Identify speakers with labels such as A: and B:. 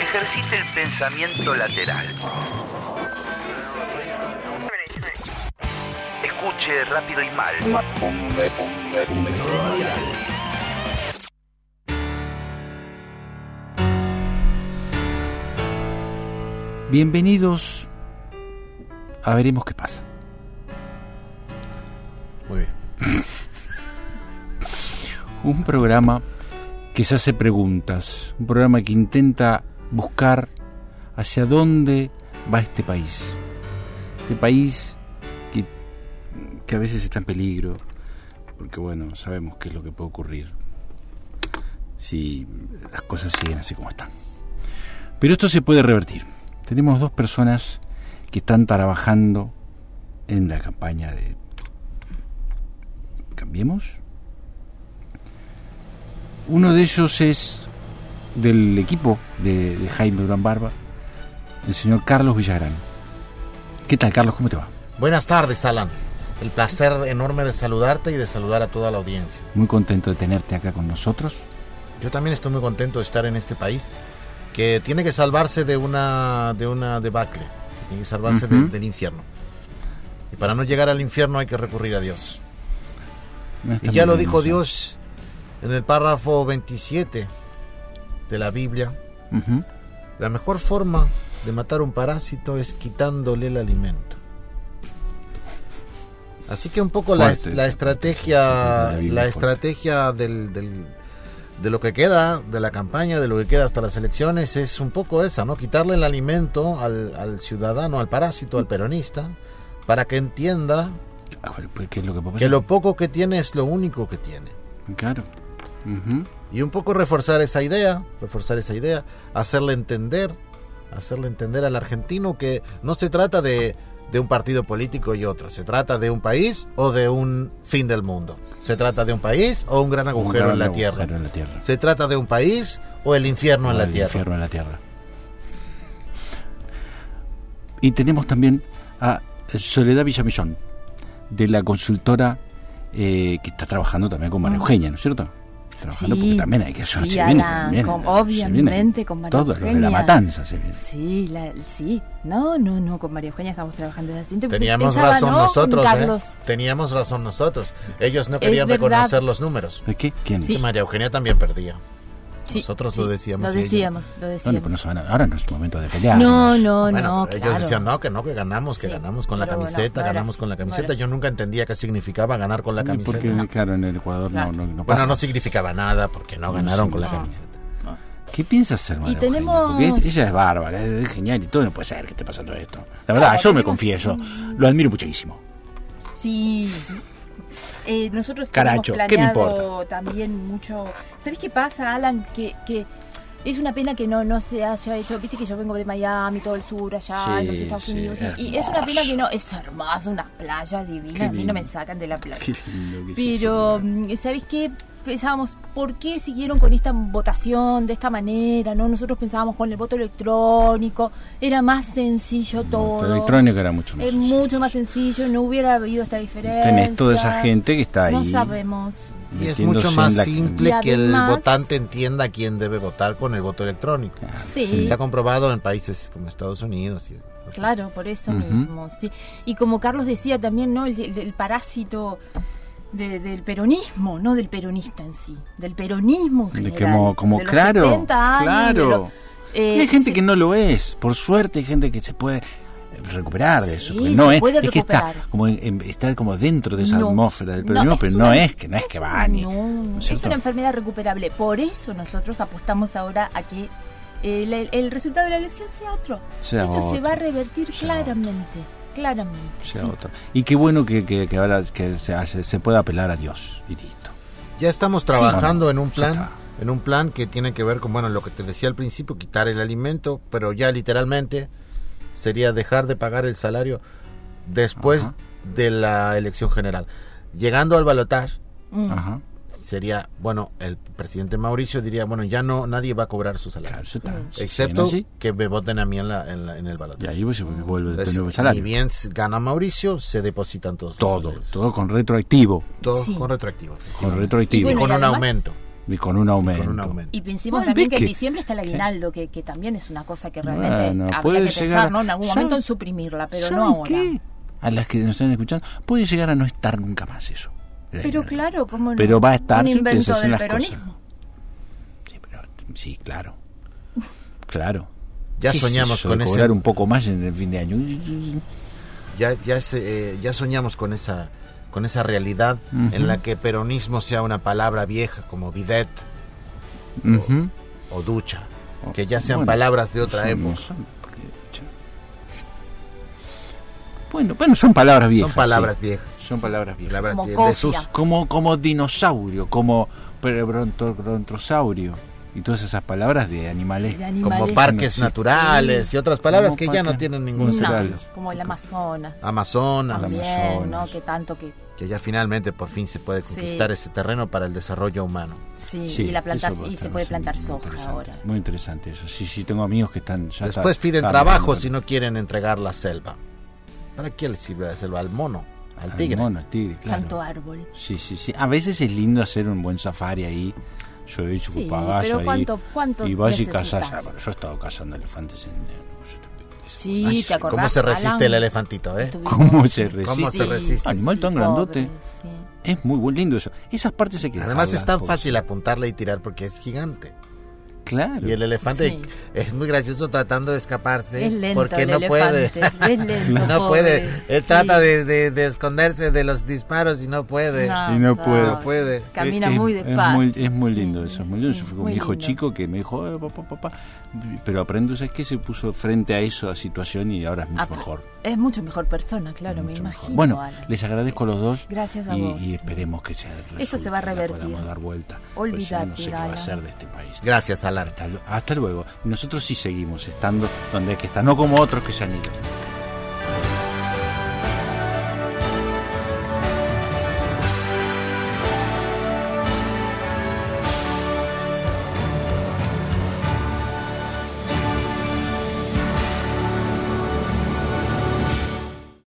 A: Ejercite el pensamiento lateral. Escuche rápido y mal.
B: Bienvenidos a veremos qué pasa.
C: Muy bien.
B: Un programa que se hace preguntas, un programa que intenta buscar hacia dónde va este país. Este país que, que a veces está en peligro, porque bueno, sabemos qué es lo que puede ocurrir si las cosas siguen así como están. Pero esto se puede revertir. Tenemos dos personas que están trabajando en la campaña de Cambiemos. Uno de ellos es del equipo de, de Jaime Durán Barba, el señor Carlos Villagrán. ¿Qué tal, Carlos? ¿Cómo te va?
C: Buenas tardes, Alan. El placer enorme de saludarte y de saludar a toda la audiencia.
B: Muy contento de tenerte acá con nosotros.
C: Yo también estoy muy contento de estar en este país que tiene que salvarse de una de una debacle, tiene que salvarse de-
B: Ujú.
C: del infierno. Y para no llegar al infierno hay que recurrir a Dios. Y ya lo dijo Dios en el párrafo 27 de la Biblia,
B: Ujú.
C: la mejor forma de matar un parásito es quitándole el alimento. Así que un poco la,
B: Fuerte
C: la
B: esa- esa parte de
C: estrategia,
B: la
C: la,
B: Biblia fuerte.
C: estrategia del, del- de lo que queda, de la campaña, de lo que queda hasta las elecciones, es un poco esa, ¿no? Quitarle el alimento al, al ciudadano, al parásito, al peronista, para que entienda
B: Ah, bueno, pues, ¿Qué es lo que puede pasar?
C: que lo poco que tiene es lo único que tiene.
B: Claro. Ujú.
C: y un poco reforzar esa idea, reforzar esa idea, hacerle entender, hacerle entender al argentino que no se trata de, de un partido político y otro, se trata de un país o de un fin del mundo, se trata de un país o un gran agujero
B: Un gran
C: en la
B: agujero
C: tierra,
B: en la tierra.
C: se trata de un país o el infierno en la
B: El
C: tierra.
B: infierno en la tierra. Y tenemos también a Soledad Villamillón, de la consultora eh, que está trabajando también con María Eugenia, ¿no es cierto? Trabajando
D: Mm. Sí,
B: porque también hay que hacer
D: sí,
B: se vienen,
D: Alan,
B: vienen,
D: con-
B: se vienen
D: obviamente con María
B: Todos los de la
D: Eugenia.
B: matanza se vienen.
D: Sí, la- sí. No, no, no, con María Eugenia estamos trabajando desde hace tiempo.
C: Teníamos
D: Pensaba,
C: razón
D: ¿no?
C: nosotros, ¿eh?
D: Carlos.
C: teníamos razón nosotros, ellos no
D: Es
C: querían
D: verdad.
C: reconocer los números.
B: ¿Es qué? ¿Quién?
C: Que
D: Sí.
C: María Eugenia también perdía.
D: Sí,
C: Nosotros lo
D: sí,
C: decíamos
D: Lo
C: y ella-
D: decíamos, lo
B: Bueno,
D: decíamos.
B: pues no se van a- ahora no es momento de pelear.
D: no,
B: es-
D: no,
C: Bueno,
D: no,
C: pero
D: claro.
C: ellos decían, no, que no, que ganamos, que
D: Sí,
C: ganamos con la
D: pero bueno,
C: camiseta,
D: no era
C: ganamos
D: así,
C: con la
D: no era
C: camiseta.
D: así.
C: Yo nunca entendía qué significaba ganar con la camiseta.
B: Porque, claro, en el Ecuador no,
D: Claro.
B: no, no pasa.
C: Bueno, no significaba nada porque no
B: No
C: ganaron con la
B: significa.
C: camiseta.
B: ¿Qué piensas hacer, María
D: Y tenemos-
B: Eugenia? Porque es- ella es bárbara, es, es genial y todo, no puede ser que esté pasando esto. La verdad, yo me confieso, lo admiro muchísimo.
D: Sí. Eh, nosotros
B: Caracho,
D: tenemos
B: ¿qué me
D: planeado también mucho. ¿Sabes qué pasa, Alan? Que, que es una pena que no, no se haya hecho. Viste que yo vengo de Miami, todo el sur, allá,
B: Sí,
D: en los Estados
B: sí,
D: Unidos. y- Y, es
B: hermoso.
D: una pena que no. Es hermoso, unas playas divinas.
B: Qué
D: A mí no me
B: lindo.
D: sacan de la playa.
B: lindo
D: Pero, mm, ¿sabes qué? Pensábamos, ¿por qué siguieron con esta votación de esta manera? no Nosotros pensábamos con el voto electrónico, era más sencillo todo.
B: El electrónico era mucho más.
D: es
B: sencillo.
D: mucho más sencillo, no hubiera habido esta diferencia.
B: Tenés toda esa gente que está ahí.
D: No sabemos.
C: Y es
B: metiéndose
C: mucho
B: en
C: más
B: la-
C: simple
D: Y
C: que el
D: además-
C: votante entienda a quién debe votar con el voto electrónico.
B: Claro,
D: Sí.
C: Está comprobado en países como Estados Unidos. y-
D: Claro, por eso
B: Ujú.
D: mismo, sí. Y como Carlos decía también, ¿no? El, el- el parásito de- del peronismo, no del peronista en sí, del peronismo en
B: De
D: general.
B: que como, como
D: de los
B: claro,
D: 70 años, de
B: claro.
D: los- eh,
B: Y hay gente
D: sí.
B: que no lo es. Por suerte hay gente que se puede eh, recuperar de eso.
D: Sí,
B: porque no
D: se
B: es,
D: puede
B: es que está
D: recuperar.
B: como, en- en- está como dentro de esa
D: No.
B: atmósfera del
D: No,
B: peronismo, pero
D: una-
B: no es que no es que va ni.
D: No,
B: ¿no
D: no,
B: es
D: es
B: cierto?
D: una enfermedad recuperable. Por eso nosotros apostamos ahora a que el, el- el resultado de la elección sea otro.
B: Sea
D: Esto se
B: otro,
D: va a revertir
B: sea otro.
D: claramente, claramente.
B: sea
D: sí.
B: otro. Y qué bueno que, que- que ahora que se, hace- se pueda apelar a Dios y listo.
C: Ya estamos trabajando
B: Sí.
C: en un
B: Ya
C: plan,
B: está.
C: en un plan que tiene que ver con bueno lo que te decía al principio, quitar el alimento, pero ya literalmente sería dejar de pagar el salario después
B: Ajá.
C: de la elección general. Llegando al balotaje
D: Mm.
B: Ajá.
C: sería bueno el presidente Mauricio diría bueno ya no nadie va a cobrar su salario,
B: Claro, eso está. Si siguen
C: Mm. excepto
B: así,
C: que me voten a mí en, la, en, la- en el
B: y
C: balotaje.
B: ahí pues, se
C: Mm.
B: vuelve de
C: Entonces,
B: nuevo el
C: ni
B: salario.
C: bien gana Mauricio se depositan todos los
B: Todo,
C: salarios.
B: todo con retroactivo.
C: todo
D: Sí.
C: con retroactivo. efectivamente.
B: Con
D: Y
B: retroactivo.
D: bueno,
C: con un
D: además-
C: aumento.
B: Y con un aumento.
C: con un aumento.
D: Y pensemos
B: Bueno,
D: también
B: ¿ves
D: que
B: que-
D: en diciembre está el aguinaldo, que, que también es una cosa que realmente
B: Bueno, puede
D: habría que
B: llegar a-
D: pensar, ¿no? En algún
B: ¿sabe-
D: momento en suprimirla, Ah, pero
B: ¿Saben
D: no ahora.
B: qué? A las que nos están escuchando, puede llegar a no estar nunca más eso.
D: Pero claro, ¿cómo no?
B: Pero va a estar
D: Un
B: si ustedes
D: invento
B: hacen
D: del
B: las
D: peronismo.
B: cosas. Sí, pero- sí, claro. Claro.
C: Ya
B: ¿Qué es
C: soñamos
B: eso de
C: con ese.
B: cobrar un poco más en el fin de año.
C: Ya, ya, se- eh, ya soñamos con esa, con esa realidad en la que peronismo sea una palabra vieja como bidet
B: Ujú.
C: o ducha. Que ya sean
B: Oh, Bueno,
C: palabras de otra
B: son-
C: época.
B: son- Bueno, bueno, son palabras viejas.
C: Son palabras
B: sí.
C: viejas.
B: Son palabras viejas.
C: Palabras
D: Como
C: viejas. De
D: cofia.
C: sus-
B: Como, como dinosaurio, como pre- bronto- brontosaurio. Y todas esas palabras de animales.
D: De
C: como
D: animales.
C: parques
B: Sí.
C: naturales y otras palabras
B: Como
C: que ya no
B: parques
C: tienen ningún
D: No,
C: sentido.
B: naturales.
D: como el Amazonas.
C: Amazonas,
D: también,
B: Amazonas.
D: ¿no? Que tanto que...
C: que ya finalmente por fin se puede conquistar
D: Sí.
C: ese terreno para el desarrollo humano.
D: Sí,
B: Sí,
D: y la planta
B: eso va a
D: y se
B: estar
D: puede
B: muy
D: plantar soja
B: interesante,
D: ahora.
B: Muy interesante eso. Sí, sí, tengo amigos que están ya está-
C: Después piden
B: están-
C: trabajo si no quieren entregar la selva. ¿Para qué le sirve la selva? Al mono, al
B: Al
C: tigre.
B: mono, al tigre, claro.
D: Tanto árbol.
B: Sí, sí, sí. A veces es lindo hacer un buen safari ahí. Yo he hecho
D: Sí,
B: cupagayo
D: pero
B: ahí.
D: ¿cuánto- cuánto
B: y vas y cazás.
D: necesitas?
B: Ah, bueno, Yo he estado cazando elefantes en. yo te-
D: Sí,
C: Ay,
D: ¿te acordás?
C: ¿Cómo se resiste
D: Alan?
C: el elefantito, eh?
D: Estuvimos-
B: ¿Cómo se
D: Sí,
B: resiste?
C: ¿Cómo se resiste?
B: Animal tan
D: pobre,
B: grandote.
D: sí.
B: Es muy buen- lindo eso. Esas partes hay que
C: Además
B: dejarlas,
C: es tan
B: por-
C: fácil apuntarle y tirar porque es gigante.
B: Claro.
C: Y el elefante
D: Sí.
C: es muy gracioso tratando de escaparse
D: Es lento
C: porque
D: el
C: no puede.
D: elefante, es lento,
C: no
D: pobre.
C: puede. Él
D: Sí.
C: trata de, de- de esconderse de los disparos y no puede.
B: Y no puede.
C: No puede.
D: Camina
B: Es- es-
D: muy
B: es
D: despacio.
B: muy- Es muy lindo
D: Sí,
B: eso, es muy lindo.
D: sí,
B: Yo fui con
D: muy
B: mi hijo
D: lindo.
B: chico que me dijo, "Eh, papá, papá, pero aprendo, ¿sabes qué? Se puso frente a eso, a situación y ahora es mucho
D: Ah,
B: mejor.
D: Es mucho mejor persona, claro, me
B: mucho mejor.
D: imagino.
B: Bueno,
D: Alan.
B: les agradezco a los dos.
D: Gracias a
B: y,
D: vos.
B: y esperemos que se
D: Esto se va
B: resulte, la
D: a revertir.
B: podamos dar vuelta. porque si no, no
D: Olvídate,
B: sé qué va a
D: Alan.
B: hacer de este país.
C: Gracias, Alan.
B: Hasta, lu- hasta luego. Nosotros sí seguimos estando donde hay que estar, no como otros que se han ido.